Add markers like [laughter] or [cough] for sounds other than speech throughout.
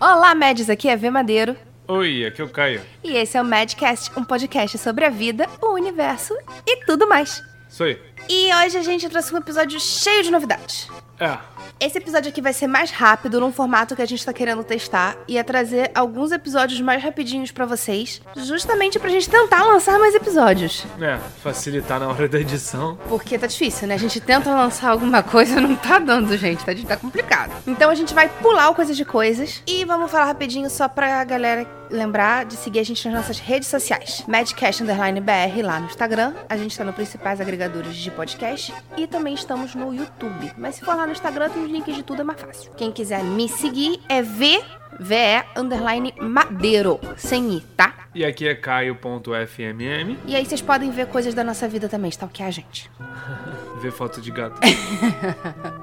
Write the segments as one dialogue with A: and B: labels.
A: Olá, Médios, aqui é V Madeiro.
B: Oi, aqui é o Caio.
A: E esse é o Madcast, um podcast sobre a vida, o universo e tudo mais.
B: Isso aí.
A: E hoje a gente trouxe um episódio cheio de novidades.
B: É,
A: Esse episódio aqui vai ser mais rápido, num formato que a gente tá querendo testar, e é trazer alguns episódios mais rapidinhos pra vocês, justamente pra gente tentar lançar mais episódios.
B: é, facilitar na hora da edição.
A: Porque tá difícil, né? A gente tenta lançar alguma coisa, [laughs] não tá dando, gente. Tá, tá complicado. Então a gente vai pular o Coisas de Coisas e vamos falar rapidinho só pra galera lembrar de seguir a gente nas nossas redes sociais. Madcast Underline BR lá no Instagram. A gente tá nos principais agregadores de podcast e também estamos no YouTube. Mas se for lá no Instagram, tem os links de tudo, é mais fácil. Quem quiser me seguir é V... VE underline Madeiro, sem I, tá?
B: E aqui é Caio.fmm.
A: E aí vocês podem ver coisas da nossa vida também, stalkear a gente.
B: Ver foto de gato.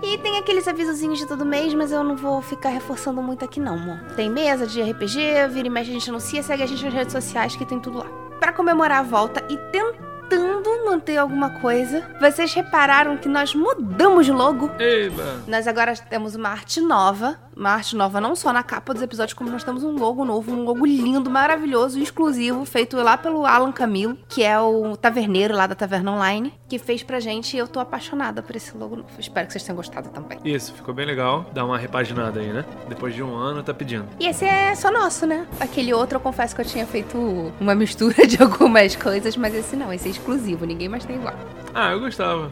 A: E tem aqueles avisozinhos de todo mês, mas eu não vou ficar reforçando muito aqui não, amor. Tem mesa de RPG, vira e mexe a gente anuncia, segue a gente nas redes sociais que tem tudo lá. Pra comemorar a volta e tentando manter alguma coisa, vocês repararam que nós mudamos de logo?
B: Eba!
A: Nós agora temos uma arte nova, uma arte nova não só na capa dos episódios, como nós temos um logo novo, um logo lindo, maravilhoso, exclusivo, feito lá pelo Alan Camilo, que é o taverneiro lá da Taverna Online, que fez pra gente e eu tô apaixonada por esse logo novo. Espero que vocês tenham gostado também.
B: Isso, ficou bem legal. Dá uma repaginada aí, né? Depois de um ano, tá pedindo.
A: E esse é só nosso, né? Aquele outro eu confesso que eu tinha feito uma mistura [laughs] de algumas coisas, mas esse não, esse é exclusivo, ninguém mais tem igual.
B: Ah, eu gostava.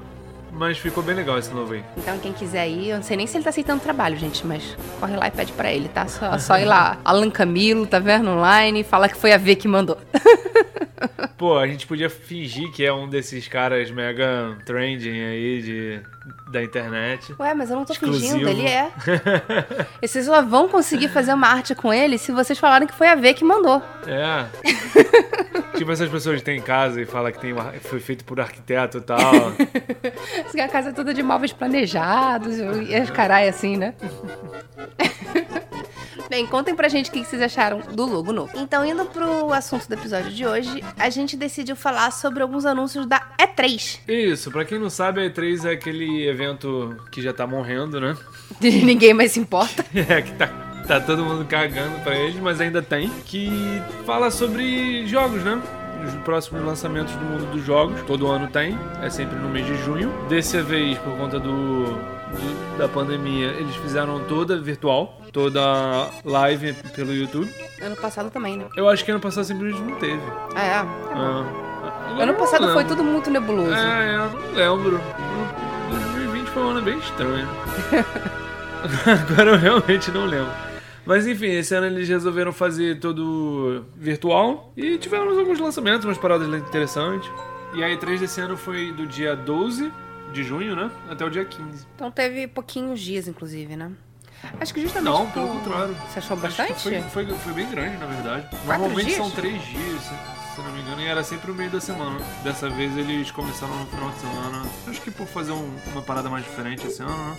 B: Mas ficou bem legal esse novo aí.
A: Então quem quiser ir, eu não sei nem se ele tá aceitando trabalho, gente, mas corre lá e pede pra ele, tá? Só, só ir [laughs] lá, Alan Camilo, Taverna Online, e fala que foi a V que mandou.
B: Pô, a gente podia fingir que é um desses caras mega trending aí de, da
A: [laughs]
B: internet.
A: Ué, mas eu não tô fingindo,
B: Exclusivo.
A: ele é. E vocês só vão conseguir fazer uma arte com ele se vocês falarem que foi a V que mandou.
B: É. tipo essas pessoas que tem em casa e fala que tem uma- foi feito por arquiteto e tal.
A: Assim, A casa é toda de móveis planejados e as carai assim, né? [laughs] Bem, contem pra gente o que vocês acharam do logo novo. Então, indo pro assunto do episódio de hoje, a gente decidiu falar sobre alguns anúncios da E3.
B: Isso, pra quem não sabe, a E3 é aquele evento que já tá morrendo, né? [laughs]
A: [laughs] Ninguém mais se importa.
B: É, que tá, tá todo mundo cagando pra eles, mas ainda tem. Que fala sobre jogos, né? Os próximos lançamentos do mundo dos jogos. Todo ano tem, é sempre no mês de junho. Dessa vez, por conta do, do- da pandemia, eles fizeram toda virtual, toda live pelo YouTube.
A: Ano passado também, né?
B: Eu acho que ano passado simplesmente não teve.
A: É.
B: Ah, agora eu
A: Ano
B: não
A: passado foi
B: lembro.
A: tudo muito nebuloso.
B: É, eu não lembro. 2020 foi um ano bem estranho. Agora eu realmente não lembro. Mas enfim, esse ano eles resolveram fazer todo virtual e tivemos alguns lançamentos, umas paradas interessantes. E a E3 desse ano foi do dia 12 de junho, né? Até o dia 15.
A: Então teve pouquinhos dias, inclusive, né? Acho que justamente.
B: Não, pelo
A: por-
B: contrário.
A: Você achou
B: Acho que
A: bastante?
B: Foi, foi, foi bem grande, na verdade. Normalmente
A: dias?
B: são três dias, se, se não me engano, e era sempre o meio da semana. Dessa vez eles começaram no final de semana. Acho que por fazer um- uma parada mais diferente esse ano, né?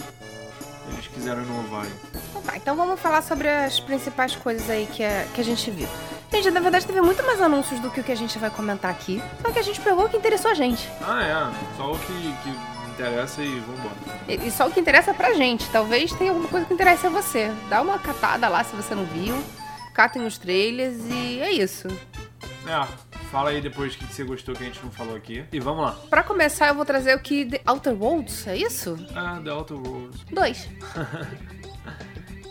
B: Eles quiseram inovar. aí.
A: Então tá, então vamos falar sobre as principais coisas aí que a, que a gente viu. Gente, na verdade teve muito mais anúncios do que o que a gente vai comentar aqui. Só que a gente pegou o que interessou a gente.
B: Ah, é. Só o que, que interessa e vambora.
A: E, e só o que interessa pra gente. Talvez tenha alguma coisa que interesse a você. Dá uma catada lá se você não viu. Catem os trailers e é isso.
B: É, fala aí depois o que que você gostou que a gente não falou aqui. E vamos lá.
A: Pra começar, eu vou trazer o que. The Outer Worlds, é isso?
B: Ah, The Auto World.
A: Dois.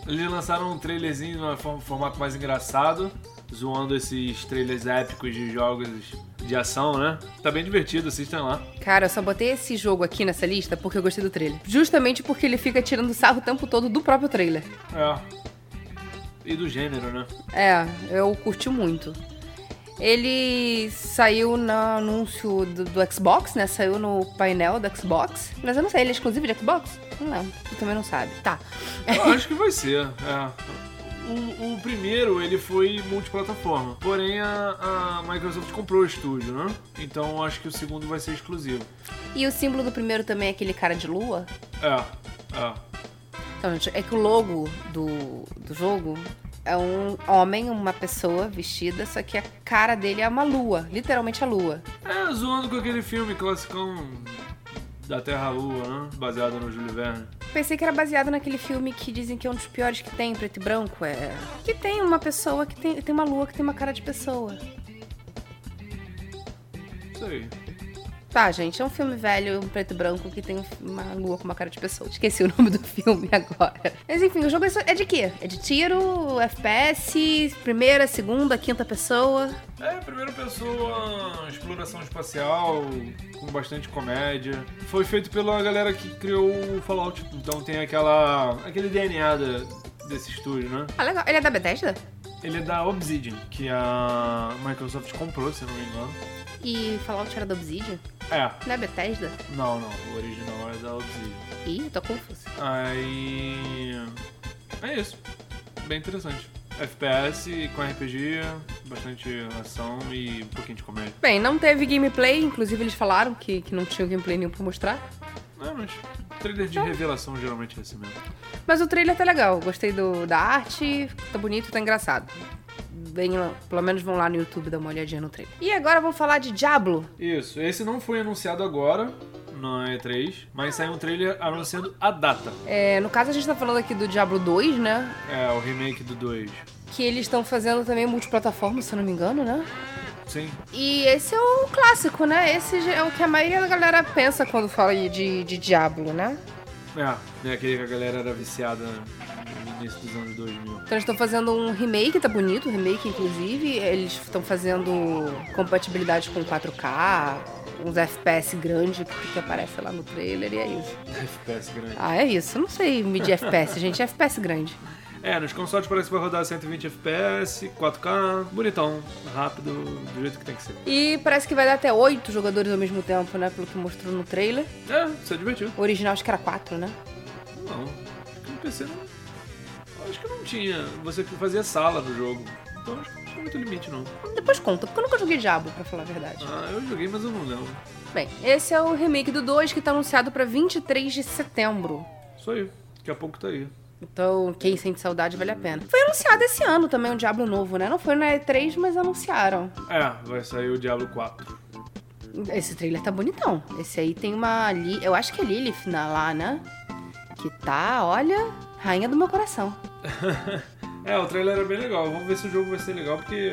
B: Eles lançaram um trailerzinho no form- formato mais engraçado, zoando esses trailers épicos de jogos de ação, né? Tá bem divertido, assistem lá.
A: Cara, eu só botei esse jogo aqui nessa lista porque eu gostei do trailer. Justamente porque ele fica tirando [laughs] sarro o tempo todo do próprio trailer.
B: É. E do gênero, né?
A: É, eu curti muito. Ele saiu no anúncio do, do Xbox, né? Saiu no painel do Xbox. Mas eu não sei, ele é exclusivo de Xbox? Não lembro. Tu também não sabe. Tá.
B: Eu acho que vai ser. É. O, o primeiro, ele foi multiplataforma. Porém, a, a Microsoft comprou o estúdio, né? Então eu acho que o segundo vai ser exclusivo.
A: E o símbolo do primeiro também é aquele cara de lua?
B: É, é.
A: Então, gente, é que o logo do, do jogo é um homem, uma pessoa vestida, só que a cara dele é uma lua. Literalmente a lua.
B: É, zoando com aquele filme classicão da Terra Lua, né? baseado no Júlio Verne.
A: Pensei que era baseado naquele filme que dizem que é um dos piores que tem, preto e branco. É. Que tem uma pessoa que tem, tem uma lua que tem uma cara de pessoa.
B: Isso aí.
A: Tá, gente, é um filme velho, um preto e branco, que tem uma lua com uma cara de pessoa. Esqueci o [laughs] nome do filme agora. Mas enfim, o jogo é só- é de quê? É de tiro, FPS, primeira, segunda, quinta pessoa.
B: É, primeira pessoa, exploração espacial, com bastante comédia. Foi feito pela galera que criou o Fallout, então tem aquela aquele DNA da- desse estúdio, né?
A: Ah, legal. Ele é da Bethesda?
B: Ele é da Obsidian, que a Microsoft comprou, se eu não me engano.
A: E Fallout era da Obsidian?
B: É,
A: Não é Bethesda?
B: não, não, o original é da Obsidian.
A: Ih, tô confuso.
B: Aí. É isso. Bem interessante. FPS com RPG, bastante ação e um pouquinho de comédia.
A: Bem, não teve gameplay, inclusive eles falaram que, que não tinha gameplay nenhum pra mostrar.
B: É, mas trailer de revelação geralmente é esse mesmo.
A: Mas o trailer tá legal, gostei do, da arte, tá bonito, tá engraçado. Bem, lá- pelo menos vão lá no YouTube dar uma olhadinha no trailer. E agora vamos falar de Diablo.
B: Isso, esse não foi anunciado agora na E3, mas saiu um trailer anunciando a data.
A: É, no caso, a gente tá falando aqui do Diablo 2, né?
B: É, o remake do 2.
A: Que eles estão fazendo também multiplataforma, se eu não me engano, né?
B: Sim,
A: E esse é o clássico, né? Esse já é o que a maioria da galera pensa quando fala de, de Diablo, né?
B: é, né, aquele que a galera era viciada no início dos anos 2000. [laughs]
A: Então eles estão fazendo um remake, tá bonito o remake, inclusive. Eles estão fazendo compatibilidade com 4K, uns FPS grande que aparece lá no trailer, e é isso.
B: FPS grande.
A: Ah, é isso. Eu não sei medir FPS, [laughs] gente. É FPS grande.
B: É, nos consoles parece que vai rodar 120 FPS, 4K, bonitão, rápido, do jeito que tem que ser.
A: E parece que vai dar até oito jogadores ao mesmo tempo, né? Pelo que mostrou no trailer.
B: É, isso é divertido.
A: O original acho que era quatro, né?
B: Não, acho que no PC não. eu Acho que não tinha. Você fazia sala no jogo. Então acho que não tinha muito limite, não.
A: Depois conta, porque eu nunca joguei Diablo, pra falar a verdade.
B: Ah, eu joguei, mas eu não lembro.
A: Bem, esse é o remake do 2 que tá anunciado pra 23 de setembro.
B: Isso aí. Daqui a pouco tá aí.
A: Então, quem sente saudade vale a pena. Foi anunciado esse ano também um Diablo novo, né? Não foi na E3, mas anunciaram.
B: É, vai sair o Diablo 4.
A: Esse trailer tá bonitão. Esse aí tem uma. Li... Eu acho que é Lilith na, lá, né? Que tá, olha, rainha do meu coração.
B: [laughs] É, o trailer era bem legal. Vamos ver se o jogo vai ser legal, porque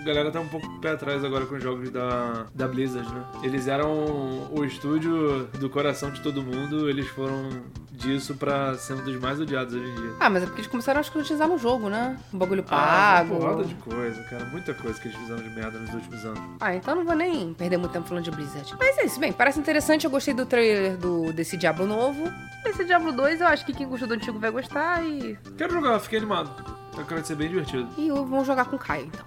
B: a galera tá um pouco pé atrás agora com os jogos da, da Blizzard, né? Eles eram o estúdio do coração de todo mundo, eles foram disso pra ser um dos mais odiados hoje em dia.
A: Ah, mas é porque eles começaram a escrotizar no jogo, né? Um bagulho
B: Ah,
A: pago.
B: uma porrada de coisa, cara. Muita coisa que eles fizeram de merda nos últimos anos.
A: Ah, então não vou nem perder muito tempo falando de Blizzard. Mas é isso, bem, parece interessante. Eu gostei do trailer do, desse Diablo novo. Esse Diablo 2, eu acho que quem gostou do antigo vai gostar e.
B: Quero jogar, fiquei animado. Eu quero ser bem divertido. [laughs]
A: E eu- vamos jogar com o Caio, então.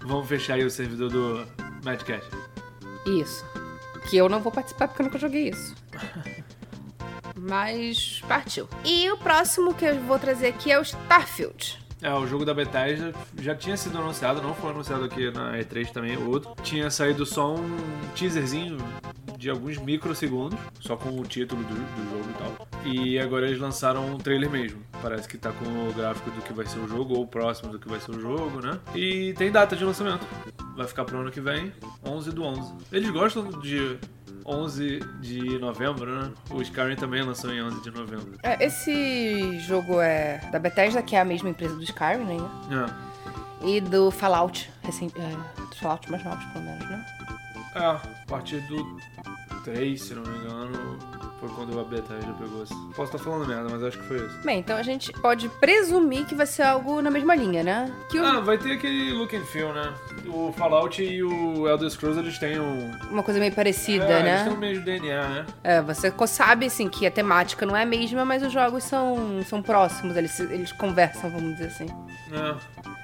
B: Vamos fechar aí o servidor do Madcast.
A: Isso. Que eu não vou participar porque eu nunca joguei isso. Mas partiu. E o próximo que eu vou trazer aqui é o Starfield.
B: É, o jogo da Bethesda já tinha sido anunciado, não foi anunciado aqui na E3 também, o outro. Tinha saído só um teaserzinho de alguns microsegundos, só com o título do, do jogo e tal. E agora eles lançaram um trailer mesmo. Parece que tá com o gráfico do que vai ser o jogo, ou próximo do que vai ser o jogo, né? E tem data de lançamento. Vai ficar pro ano que vem, 11 do 11. Eles gostam de 11 de novembro, né? O Skyrim também lançou em 11 de novembro.
A: É, Esse jogo é da Bethesda, que é a mesma empresa do Skyrim, né?
B: É,
A: E do Fallout. Recém, é, dos Fallout mais novos, pelo menos, né?
B: É, a partir do 3, se não me engano, foi quando a Bethesda pegou isso. Posso estar falando merda, mas acho que foi isso.
A: Bem, então a gente pode presumir que vai ser algo na mesma linha, né? Que o-
B: Ah, vai ter aquele look and feel, né? O Fallout e o Elder Scrolls, eles têm um...
A: uma coisa meio parecida,
B: é,
A: né?
B: Eles têm o mesmo DNA, né?
A: É, você co- sabe, assim, que a temática não é a mesma, mas os jogos são, são próximos, eles, se- eles conversam, vamos dizer assim.
B: É,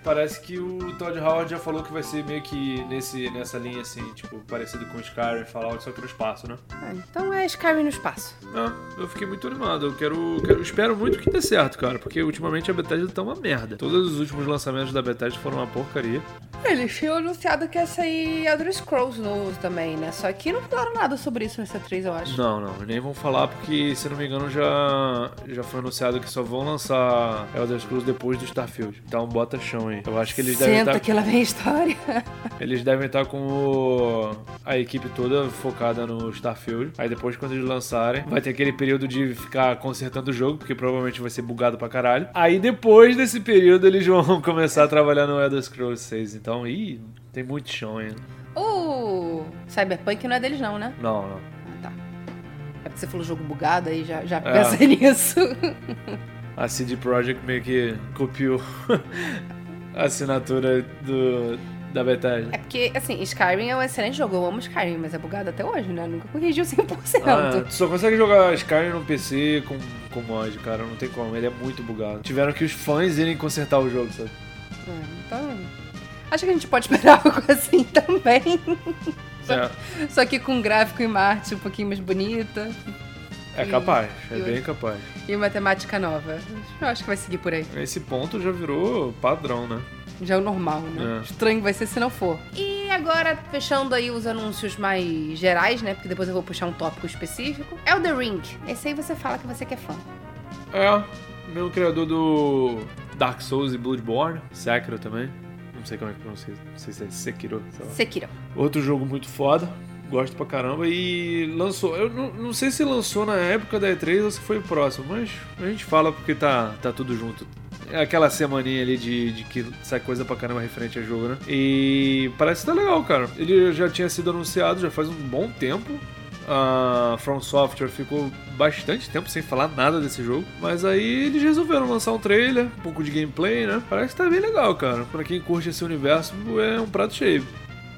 B: parece que o Todd Howard já falou que vai ser meio que nesse, nessa linha, assim, tipo, parecido com Skyrim e Fallout, só que no espaço, né?
A: Ah, então é Skyrim no espaço.
B: É, eu fiquei muito animado. Eu quero, quero- espero muito que dê certo, cara, porque ultimamente a Bethesda tá uma merda. Todos os últimos lançamentos da Bethesda foram uma porcaria.
A: Eles tinham anunciado que ia sair Elder Scrolls novo também, né? Só que não falaram nada sobre isso nessa 3, eu acho.
B: Não, não, nem vão falar porque, se não me engano, já, já foi anunciado que só vão lançar Elder Scrolls depois do Starfield. Então bota chão aí. Eu acho que eles devem
A: Senta
B: estar.
A: que lá vem a história. [laughs]
B: Eles devem estar com o- a equipe toda focada no Starfield. Aí depois, quando eles lançarem, vai ter aquele período de ficar consertando o jogo, porque provavelmente vai ser bugado pra caralho. Aí depois desse período, eles vão [laughs] começar a trabalhar no Elder Scrolls 6. Então, ih, tem muito chão ainda.
A: O Uh, Cyberpunk não é deles, não, né?
B: Não, não.
A: Ah, tá. É porque você falou jogo bugado aí, já, já
B: É.
A: pensei [laughs] nisso.
B: A CD Projekt meio que copiou [laughs] a assinatura do, da Bethesda.
A: É porque, assim, Skyrim é um excelente jogo. Eu amo Skyrim, mas é bugado até hoje, né? Nunca corrigiu 100%.
B: Ah, tu só consegue jogar Skyrim no PC com, com mod, cara. Não tem como, ele é muito bugado. Tiveram que os fãs irem consertar o jogo, sabe?
A: Hum, Então, acho que a gente pode [laughs] esperar algo assim também.
B: É,
A: Só que com gráfico em Marte um pouquinho mais bonita
B: é capaz, é
A: E-
B: bem capaz.
A: e uma temática nova. Eu acho que vai seguir por aí.
B: Esse ponto já virou padrão, né?
A: Já é o normal, né?
B: É.
A: Estranho vai ser se não for. E agora, fechando aí os anúncios mais gerais, né? Porque depois eu vou puxar um tópico específico. É o The Ring. Esse aí você fala que você que é fã.
B: É, mesmo criador do Dark Souls e Bloodborne, Sekiro também. Não sei como é que pronuncia, não sei se é Sekiro, sei lá.
A: Sekiro.
B: Outro jogo muito foda. Gosto pra caramba e lançou. Eu não, não sei se lançou na época da E3 ou se foi próximo, mas a gente fala porque tá, tá tudo junto. É aquela semaninha ali de, de que sai coisa pra caramba referente a jogo, né? E parece que tá legal, cara. Ele já tinha sido anunciado já faz um bom tempo. A From Software ficou bastante tempo sem falar nada desse jogo, mas aí eles resolveram lançar um trailer, um pouco de gameplay, né? Parece que tá bem legal, cara. Pra quem curte esse universo, é um prato cheio.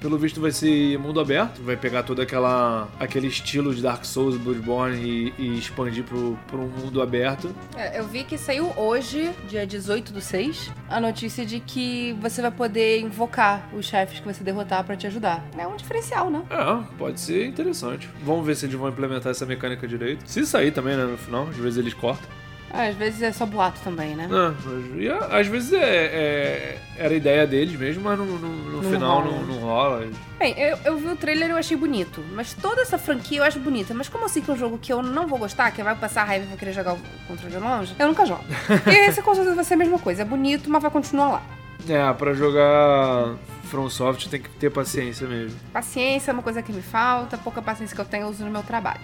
B: Pelo visto vai ser mundo aberto, vai pegar todo aquela, aquele estilo de Dark Souls, Bloodborne e, e expandir pro, pro mundo aberto.
A: É, eu vi que saiu hoje, dia 18 do 6, a notícia de que você vai poder invocar os chefes que você derrotar pra te ajudar. É um diferencial, né?
B: É, pode ser interessante. Vamos ver se eles vão implementar essa mecânica direito. Se sair também, né, no final, às vezes eles cortam.
A: Às vezes é só boato também, né?
B: Não, mas- e a- às vezes é, é- era a ideia deles mesmo, mas no, no-
A: Não
B: no final
A: rola.
B: Não, não rola.
A: Bem, eu, eu vi o trailer e eu achei bonito. Mas toda essa franquia eu acho bonita. Mas como assim que é um jogo que eu não vou gostar, que vai passar raiva e vou querer jogar o controle longe, eu nunca [laughs] jogo. e esse com certeza vai ser a mesma coisa. É bonito, mas vai continuar lá.
B: É, pra jogar From Soft tem que ter paciência mesmo.
A: Paciência é uma coisa que me falta, pouca paciência que eu tenho eu uso no meu trabalho.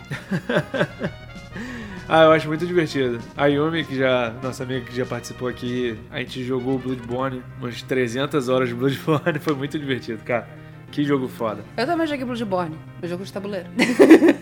B: Ah, eu acho muito divertido. A Yumi, que já, nossa amiga que já participou aqui, a gente jogou o Bloodborne, umas 300 horas de Bloodborne, [laughs] foi muito divertido, cara. Que jogo foda.
A: Eu também joguei Bloodborne, meu jogo de tabuleiro.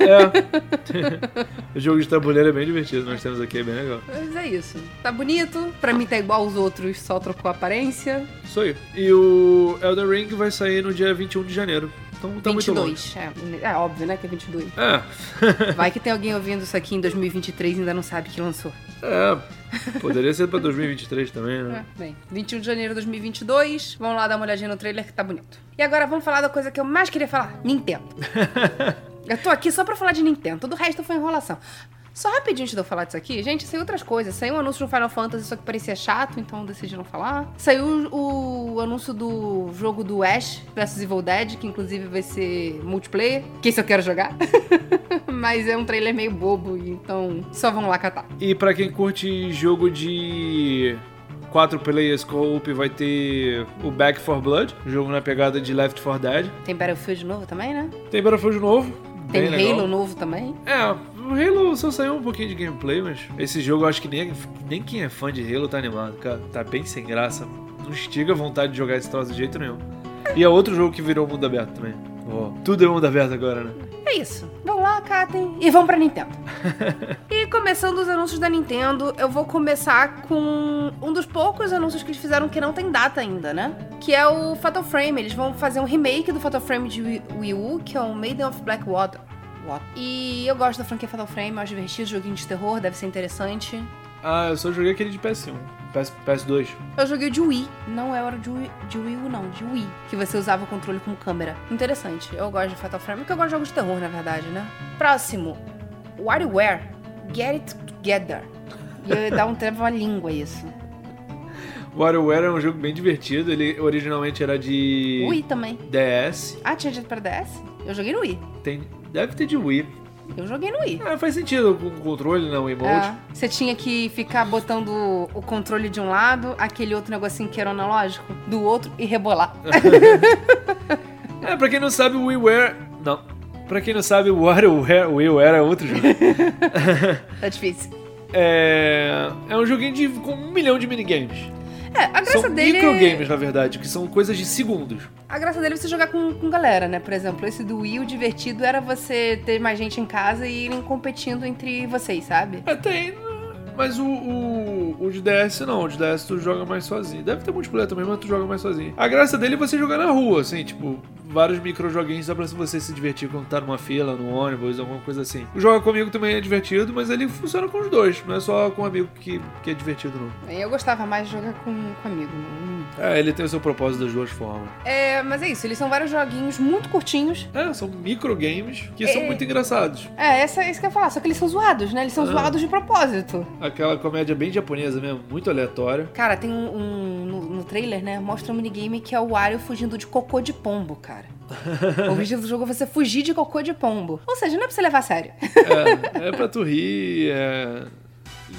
B: É. [laughs] o jogo de tabuleiro é bem divertido, nós temos aqui, é bem legal.
A: [laughs] Mas é isso. Tá bonito, pra mim tá igual aos outros, só trocou a aparência.
B: Isso aí. E o Elden Ring vai sair no dia 21 de janeiro. Então tá muito longe.
A: 22. É, é óbvio, né, que é 22.
B: É.
A: Vai que tem alguém ouvindo isso aqui em 2023 e ainda não sabe que lançou.
B: É. Poderia ser pra 2023 também, né?
A: É. Bem, 21 de janeiro de 2022. Vamos lá dar uma olhadinha no trailer que tá bonito. E agora vamos falar da coisa que eu mais queria falar:
B: [laughs]
A: Nintendo. eu tô aqui só pra falar de Nintendo, todo o resto foi enrolação. Só rapidinho antes de eu falar disso aqui, gente, saiu outras coisas. Saiu um anúncio do Final Fantasy, só que parecia chato, então eu decidi não falar. Saiu o anúncio do jogo do Ash vs Evil Dead, que inclusive vai ser multiplayer, que isso eu quero jogar. [laughs] Mas é um trailer meio bobo, então só vão lá catar.
B: E pra quem curte jogo de 4 players co-op, vai ter o Back 4 Blood, um jogo na pegada de Left 4 Dead.
A: Tem Battlefield novo também, né?
B: Tem Battlefield novo,
A: Tem
B: bem legal.
A: Halo né? novo também.
B: É, o Halo só saiu um pouquinho de gameplay, mas esse jogo eu acho que nem, nem quem é fã de Halo tá animado, cara. Tá bem sem graça. Não instiga a vontade de jogar esse troço de jeito nenhum. E é outro jogo que virou mundo aberto também. Ó, tudo é mundo aberto agora, né?
A: É isso. Vão lá, catem e vão pra Nintendo. e começando os anúncios da Nintendo, eu vou começar com um dos poucos anúncios que eles fizeram que não tem data ainda, né? Que é o Fatal Frame. Eles vão fazer um remake do Fatal Frame de Wii Wii U, que é o Maiden of Blackwater. What? E eu gosto da franquia Fatal Frame, eu acho divertido, joguinho de terror, deve ser interessante.
B: Ah, eu só joguei aquele de PS1. PS, PS2.
A: Eu joguei o de Wii, não era o de Wii, de Wii U, não, de Wii, que você usava o controle como câmera. Interessante, eu gosto de Fatal Frame, porque eu gosto de jogos de terror, na verdade, né? Próximo, WarioWare, Get It Together. E eu ia dar um trevo à língua isso.
B: WarioWare é um jogo bem divertido. Ele originalmente era de
A: Wii também.
B: DS.
A: Ah, tinha dito pra DS? Eu joguei no Wii.
B: Tem, deve ter de Wii.
A: Eu joguei no Wii.
B: Ah, faz sentido com o controle, né? O emote.
A: É, você tinha que ficar botando o controle de um lado, aquele outro negocinho que era analógico, do outro e rebolar.
B: É, pra quem não sabe, o WiiWare... Não. Pra quem não sabe, o WarioWare... O WiiWare é outro
A: [laughs]
B: jogo.
A: Tá difícil.
B: é... é um joguinho de... com um milhão de minigames.
A: É, a graça
B: são
A: dele.
B: microgames, na verdade, que são coisas de segundos.
A: A graça dele é você jogar com, com galera, né? Por exemplo, esse do Wii, o divertido era você ter mais gente em casa e irem competindo entre vocês, sabe?
B: É, tem. Mas o, o, o de DS não, o de DS tu joga mais sozinho. Deve ter multiplayer também, mas tu joga mais sozinho. A graça dele é você jogar na rua, assim, tipo, vários microjoguinhos só pra você se divertir quando tá numa fila, no ônibus, alguma coisa assim. O Joga Comigo também é divertido, mas ele funciona com os dois, não é só com um amigo que, que é divertido, não.
A: Eu gostava mais de jogar com, com amigo. Hum.
B: É, ele tem o seu propósito das duas formas.
A: É, mas é isso, eles são vários joguinhos muito curtinhos.
B: É, são microgames que
A: É.
B: são muito engraçados.
A: É, essa, isso que eu ia falar, só que eles são zoados, né? Eles são
B: Ah.
A: zoados de propósito.
B: Aquela comédia bem japonesa mesmo, muito aleatória.
A: Cara, tem um. um- no, no trailer, né? Mostra um minigame que é o Wario fugindo de cocô de pombo, cara. o objetivo do jogo é você fugir de cocô de pombo. Ou seja, não é pra você levar a sério.
B: É, é pra tu rir, é.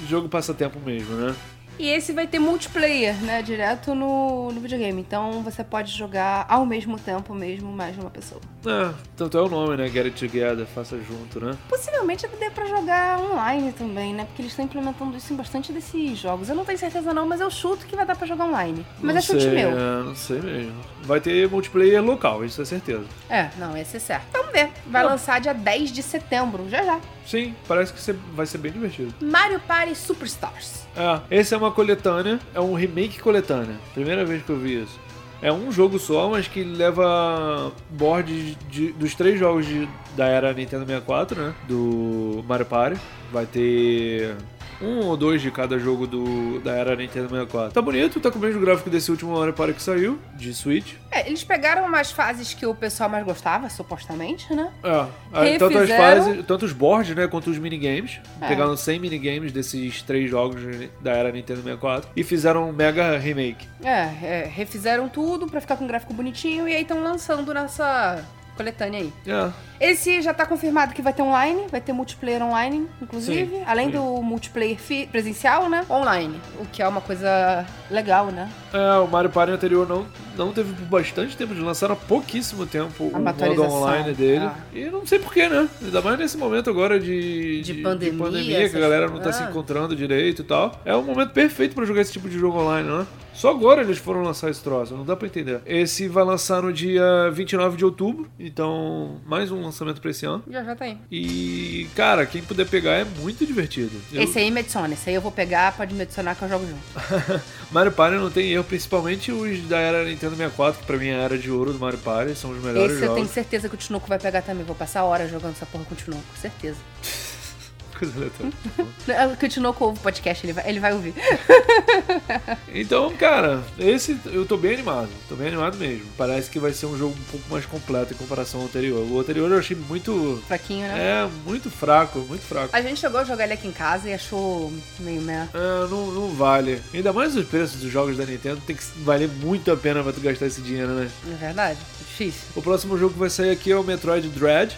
B: Jogo passatempo mesmo, né?
A: E esse vai ter multiplayer, né? Direto no, no videogame. Então você pode jogar ao mesmo tempo mesmo mais de uma pessoa.
B: É, tanto é o nome, né? Get It Together, faça junto, né?
A: Possivelmente dê pra jogar online também, né? Porque eles estão implementando isso em bastante desses jogos. Eu não tenho certeza não, mas eu chuto que vai dar pra jogar online. Mas
B: não
A: é chute
B: sei,
A: meu.
B: é, não sei mesmo. Vai ter multiplayer local, isso é certeza.
A: É, não, esse é certo. Vamos ver. Vai
B: Não.
A: lançar dia 10 de setembro, já já.
B: Sim, parece que cê- vai ser bem divertido.
A: Mario Party Superstars.
B: É, esse é uma coletânea, é um remake coletânea. Primeira vez que eu vi isso. É um jogo só, mas que leva boards de- dos três jogos de- da era Nintendo 64, né? Do Mario Party. Vai ter um ou dois de cada jogo do, da era Nintendo 64. Tá bonito, tá com o mesmo gráfico desse último Mario Party que saiu, de Switch.
A: É, eles pegaram umas fases que o pessoal mais gostava, supostamente, né?
B: É, aí tanto as
A: Refizeram.
B: fases, tanto os boards, né, quanto os minigames.
A: É.
B: Pegaram 100 minigames desses três jogos de- da era Nintendo 64 e fizeram um mega remake.
A: É, é, refizeram tudo pra ficar com um gráfico bonitinho e aí estão lançando nessa coletânea aí.
B: É,
A: Esse já tá confirmado que vai ter online, vai ter multiplayer online, inclusive,
B: Sim,
A: além
B: sim.
A: do multiplayer fi- presencial, né? Online, o que é uma coisa legal, né?
B: é, o Mario Party anterior não, não teve por bastante tempo, eles lançaram há pouquíssimo tempo
A: Uma
B: o modo
A: atualização,
B: online dele.
A: tá.
B: E não sei porquê, né? Ainda mais nesse momento agora de,
A: De pandemia,
B: que
A: essas
B: a galera não tá
A: coisas. Ah.
B: se encontrando direito e tal. É o momento perfeito pra jogar esse tipo de jogo online, né? Só agora eles foram lançar esse troço, não dá pra entender. Esse vai lançar no dia 29 de outubro, então mais um lançamento pra esse ano.
A: Já já tem.
B: E, cara, quem puder pegar é muito divertido. Eu-
A: Esse aí me adiciona, esse aí eu vou pegar, pode me adicionar que eu jogo junto.
B: [laughs] Mario Party não tem erro, principalmente os da era Nintendo 64, que pra mim é a era de ouro do Mario Party, são os melhores
A: Esse eu
B: jogos.
A: tenho certeza que o Tinoco vai pegar também, vou passar horas jogando essa porra com o Tinoco, certeza.
B: [laughs] Coisa aleatória.
A: É, Que o Tinoco ouve o podcast, ele vai, ele vai ouvir. [laughs]
B: Então, cara, esse eu tô bem animado. Tô bem animado mesmo. Parece que vai ser um jogo um pouco mais completo em comparação ao anterior. O anterior eu achei muito.
A: Fraquinho, né?
B: É, muito fraco, muito fraco.
A: A gente chegou a jogar ele aqui em casa e achou meio meh.
B: É, não, não vale. Ainda mais os preços dos jogos da Nintendo, tem que valer muito a pena pra tu gastar esse dinheiro, né?
A: Não é verdade? Difícil.
B: O próximo jogo que vai sair aqui é o Metroid Dread.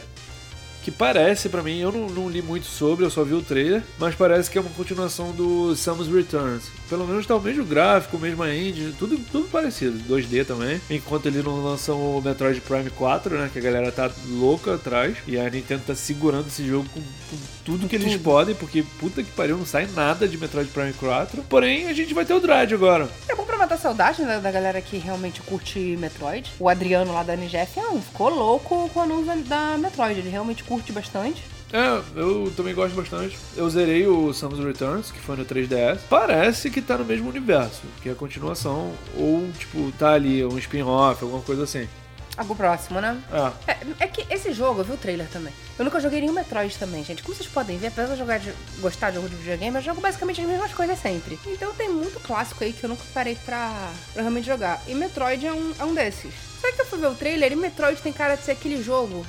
B: Que parece pra mim, eu não, não li muito sobre, eu só vi o trailer, mas parece que é uma continuação do Samus Returns. Pelo menos tá o mesmo gráfico, mesma engine, tudo, tudo parecido, 2D também. Enquanto eles não lançam o Metroid Prime 4, né, que a galera tá louca atrás, e a Nintendo tá segurando esse jogo com, com tudo que eles podem, porque puta que pariu, não sai nada de Metroid Prime 4. Porém, a gente vai ter o Dread agora.
A: É bom pra matar a saudade né, da galera que realmente curte Metroid. O Adriano lá da NGF é um, ficou louco com o anúncio da Metroid. Ele realmente curte bastante.
B: É, eu também gosto bastante. Eu zerei o Samus Returns, que foi no 3DS. Parece que tá no mesmo universo, que é a continuação, ou tipo, tá ali, um spin-off, alguma coisa assim.
A: Algo próximo, né?
B: Ah,
A: É, é que esse jogo, eu vi o trailer também. Eu nunca joguei nenhum Metroid também, gente. Como vocês podem ver, apesar de eu jogar de, gostar de jogo de videogame, eu jogo basicamente as mesmas coisas sempre. Então tem muito clássico aí que eu nunca parei pra, pra realmente jogar. E Metroid é um, é um desses. Só que eu fui ver o trailer e Metroid tem cara de ser aquele jogo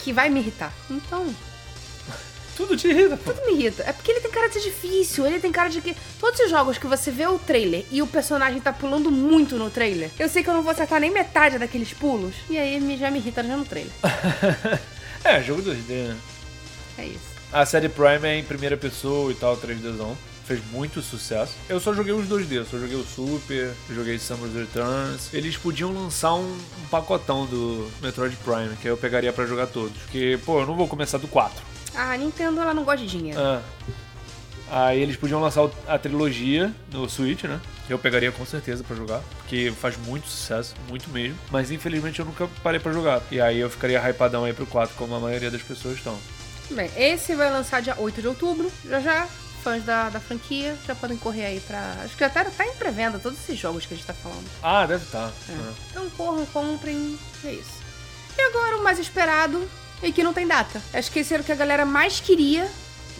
A: que vai me irritar. Então,
B: tudo te irrita, pô.
A: Tudo me irrita. É porque ele tem cara de ser difícil, ele tem cara de que. Todos os jogos que você vê o trailer e o personagem tá pulando muito no trailer, eu sei que eu não vou acertar nem metade daqueles pulos. E aí me- já me irrita já no trailer.
B: É, jogo 2D, né?
A: É isso. É
B: A série Prime é em primeira pessoa e tal, 3Dzão. fez muito sucesso. Eu só joguei os 2D, eu só joguei o Super, joguei Samus Returns. Eles podiam lançar um, um pacotão do Metroid Prime, que aí eu pegaria pra jogar todos. Porque, pô, eu não vou começar do 4.
A: Ah, a Nintendo, ela não gosta de dinheiro.
B: Ah. Aí eles podiam lançar o- a trilogia no Switch, né? Eu pegaria com certeza pra jogar, porque faz muito sucesso, muito mesmo. Mas infelizmente eu nunca parei pra jogar. E aí eu ficaria hypadão aí pro 4, como a maioria das pessoas estão.
A: Bem, esse vai lançar dia 8 de outubro, já já. Fãs da, da franquia já podem correr aí pra. Acho que até tá em pré-venda todos esses jogos que a gente tá falando.
B: Ah, deve estar.
A: É. Então corram, comprem, é isso. E agora o mais esperado e que não tem data. Acho que esse era o que a galera mais queria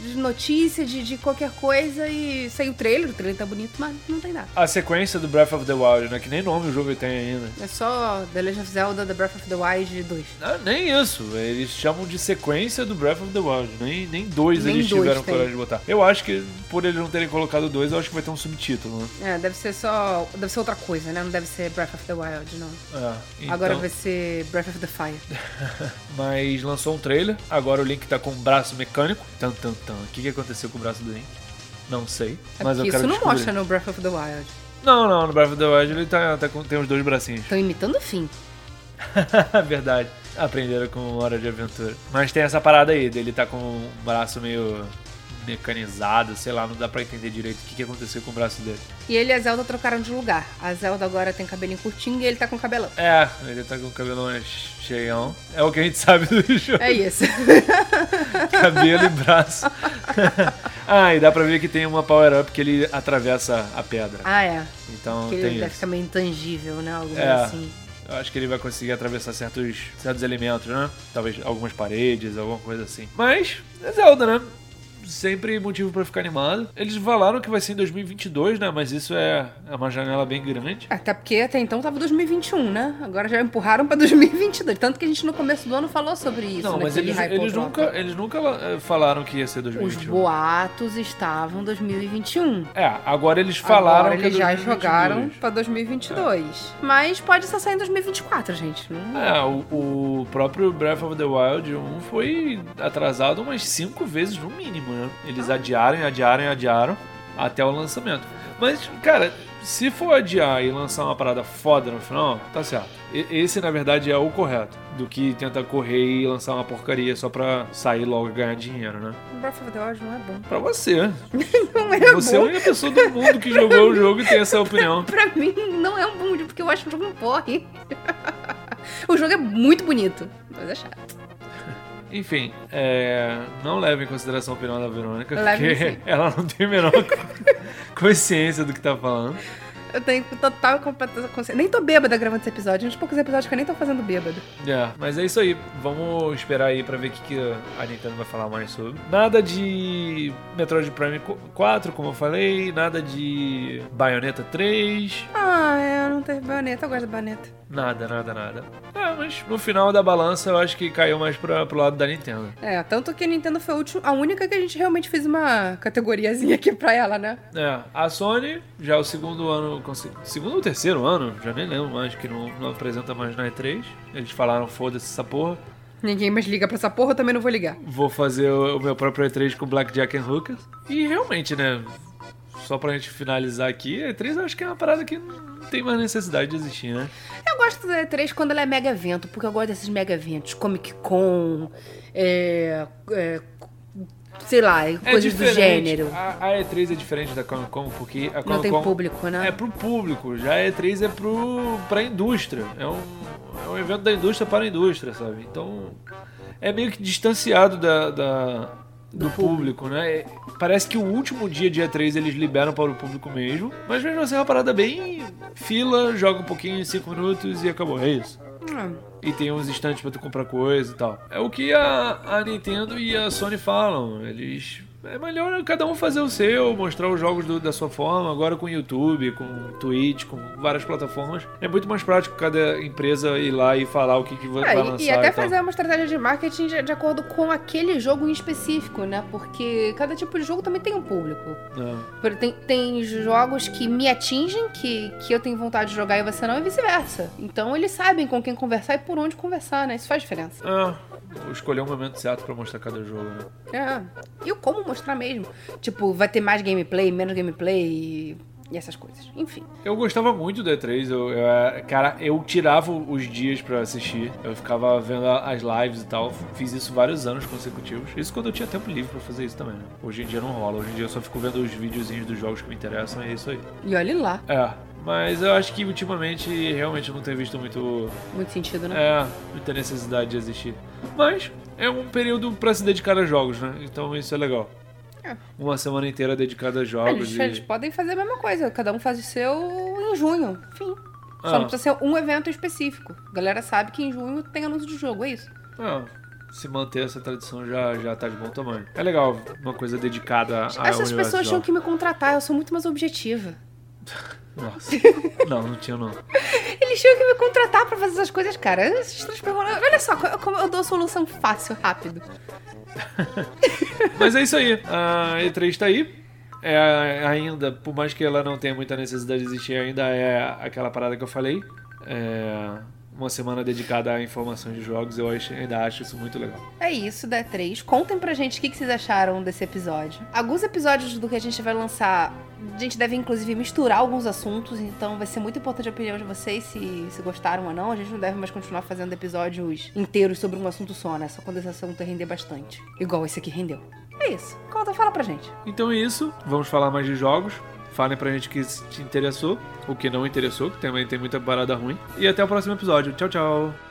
A: de notícia, de, de qualquer coisa e saiu o trailer, o trailer tá bonito, mas não tem data.
B: A sequência do Breath of the Wild, né? Que nem nome o jogo tem ainda.
A: É só The Legend of Zelda The Breath of the Wild 2.
B: Ah, nem isso, eles chamam de sequência do Breath of the Wild. Nem, nem dois
A: Nem
B: eles
A: dois
B: tiveram
A: tem.
B: coragem de botar. Eu acho que, por eles não terem colocado dois, eu acho que vai ter um subtítulo, né?
A: É, deve ser só. Deve ser outra coisa, né? Não deve ser Breath of the Wild, não.
B: É,
A: Agora
B: então-
A: vai ser Breath of the Fire.
B: Mas lançou um trailer. Agora o Link tá com um braço mecânico. Tan, tan, tan. O que, que aconteceu com o braço do Link? Não sei.
A: É
B: Mas eu
A: porque
B: quero
A: isso não
B: descobrir.
A: mostra no Breath of the Wild.
B: Não, não. No Breath of the Wild ele tá, tá com- tem os dois bracinhos. [laughs]
A: Estão imitando o fim.
B: Verdade. Aprenderam com Hora de Aventura. Mas tem essa parada aí dele tá com um braço meio mecanizado. Sei lá, não dá pra entender direito o que, que aconteceu com o braço dele.
A: E ele e a Zelda trocaram de lugar. A Zelda agora tem cabelinho curtinho e ele tá com cabelão.
B: É, ele tá com o cabelo mais cheião. É o que a gente [laughs] sabe do jogo.
A: É isso. [laughs]
B: cabelo e [laughs] braço. ah, e dá pra ver que tem uma power-up que ele atravessa a pedra.
A: ah, é.
B: Então
A: Porque
B: tem
A: ele deve
B: isso.
A: ficar meio intangível, né? Alguma
B: É.
A: coisa assim.
B: Eu acho que ele vai conseguir atravessar certos, certos elementos, né? Talvez algumas paredes, alguma coisa assim. Mas, é Zelda, né? Sempre motivo pra ficar animado. Eles falaram que vai ser em 2022, né? Mas isso é é uma janela bem grande.
A: Até porque até então tava 2021, né? Agora já empurraram pra 2022. Tanto que a gente no começo do ano falou sobre isso. né?
B: Não, mas
A: naquele
B: eles,
A: hype
B: eles
A: outro
B: nunca,
A: lá.
B: eles nunca eh, falaram que ia ser
A: Os
B: 2021.
A: boatos estavam 2021.
B: É, agora eles falaram
A: Agora
B: que
A: eles
B: é
A: já
B: 2022.
A: jogaram pra 2022. Mas pode só sair em 2024, gente. Não...
B: É, o, o próprio Breath of the Wild 1 foi atrasado umas cinco vezes no mínimo, né? Eles adiaram, adiaram, adiaram até o lançamento. Mas, cara, se for adiar e lançar uma parada foda no final, tá certo. E- esse, na verdade, é o correto. Do que tentar correr e lançar uma porcaria só pra sair logo e ganhar dinheiro, né?
A: Breath of the Wild não é
B: [laughs]
A: bom.
B: Pra você.
A: Não é
B: você é a
A: bom.
B: única pessoa do mundo que jogou o jogo e tem essa opinião.
A: Pra mim, não é um bom dia, porque eu acho o jogo um porre. [laughs] o jogo é muito bonito, mas é chato.
B: Enfim, é, não leve em consideração a opinião da Verônica,
A: Leve
B: porque
A: sim.
B: [laughs] ela não tem a menor co- consciência do que tá falando.
A: Eu tenho total e completa consciência. Nem tô bêbada gravando esse episódio. É um dos poucos episódios que eu nem tô fazendo bêbada.
B: É, mas é isso aí. Vamos esperar aí pra ver o que, que a Nintendo vai falar mais sobre. Nada de Metroid Prime 4, como eu falei. Nada de Bayonetta 3.
A: Ah, é, não teve baioneta. Eu gosto da baioneta.
B: Nada, nada, nada. É, mas no final da balança eu acho que caiu mais pra, pro lado da Nintendo.
A: É, tanto que a Nintendo foi a, última, a única que a gente realmente fez uma categoriazinha aqui pra ela, né?
B: É, a Sony, já o segundo ano, conse- segundo ou terceiro ano, já nem lembro mais, que não, não apresenta mais na E3. Eles falaram, foda-se essa porra,
A: Ninguém mais liga pra essa porra, eu também não vou ligar.
B: vou fazer o, o meu próprio E3 com Blackjack and Hookers. E realmente, né, só pra gente finalizar aqui, a E3 eu acho que é uma parada que não tem mais necessidade de existir, né?
A: Eu gosto da E3 quando ela é mega evento, porque eu gosto desses mega eventos. Comic Con, é, é, sei lá, coisas do
B: É diferente.
A: gênero.
B: A, a E3 é diferente da Comic Con, porque a Comic Con...
A: Não tem público, né?
B: É pro público, já a E3 é pro, pra indústria. É um, é um evento da indústria para a indústria, sabe? Então é meio que distanciado da, da- do, público, né? É- Parece que o último dia de E3 eles liberam para o público mesmo, mas mesmo assim é uma parada bem fila, joga um pouquinho, cinco minutos e acabou. É isso.
A: Ah,
B: E tem uns estantes pra tu comprar coisa e tal. É o que a, a Nintendo e a Sony falam. Eles. É melhor cada um fazer o seu, mostrar os jogos do- da sua forma. Agora com YouTube, com Twitch, com várias plataformas. É muito mais prático cada empresa ir lá e falar o que, que vai,
A: É, Ah, e-
B: vai lançar. então.
A: e, até
B: e tal.
A: fazer uma estratégia de marketing de, de acordo com aquele jogo em específico, né? Porque cada tipo de jogo também tem um público.
B: É.
A: Por- Tem, tem jogos que me atingem, que, que eu tenho vontade de jogar e você não, e vice-versa. Então eles sabem com quem conversar e por onde conversar, né? Isso faz diferença.
B: Ah, escolher o momento certo pra mostrar cada jogo, né?
A: É. E o como mostrar mesmo. Tipo, vai ter mais gameplay, menos gameplay e, e essas coisas. Enfim.
B: Eu gostava muito do E3, eu, eu era- cara, eu tirava os dias pra assistir, eu ficava vendo a- as lives e tal, fiz isso vários anos consecutivos. Isso quando eu tinha tempo livre pra fazer isso também, né? Hoje em dia não rola, hoje em dia eu só fico vendo os videozinhos dos jogos que me interessam e é isso aí.
A: E olhe lá.
B: É, mas eu acho que ultimamente realmente eu não tenho visto muito
A: Muito sentido, né?
B: é, muita necessidade de existir. Mas é um período pra se dedicar a jogos, né? Então isso é legal.
A: É.
B: Uma semana inteira dedicada a jogos.
A: Eles,
B: e-
A: eles podem fazer a mesma coisa. Cada um faz o seu em junho. Enfim. Só
B: Ah.
A: não precisa ser um evento específico. A galera sabe que em junho tem anúncio de jogo, é isso.
B: Ah, se manter essa tradição já, já tá de bom tamanho. É legal uma coisa dedicada a
A: Essas pessoas tinham que me contratar, eu sou muito mais objetiva.
B: Nossa. não, não tinha não.
A: Eles tinham que me contratar pra fazer essas coisas, cara. Esses transformadores- Olha só co- como eu dou solução fácil, rápido.
B: Mas é isso aí. A E3 tá aí. É, ainda, por mais que ela não tenha muita necessidade de existir, ainda é aquela parada que eu falei. É, uma semana dedicada à informação de jogos, eu acho- ainda acho isso muito legal.
A: É isso, da 3. Contem pra gente o que que vocês acharam desse episódio. Alguns episódios do que a gente vai lançar, a gente deve inclusive misturar alguns assuntos, então vai ser muito importante a opinião de vocês se, se gostaram ou não. A gente não deve mais continuar fazendo episódios inteiros sobre um assunto só, né? Só quando esse assunto render bastante. Igual esse aqui rendeu. É isso. Conta, fala pra gente.
B: Então é isso, vamos falar mais de jogos. Falem pra gente o que te interessou, o que não interessou, que também tem muita parada ruim. E até o próximo episódio. Tchau, tchau.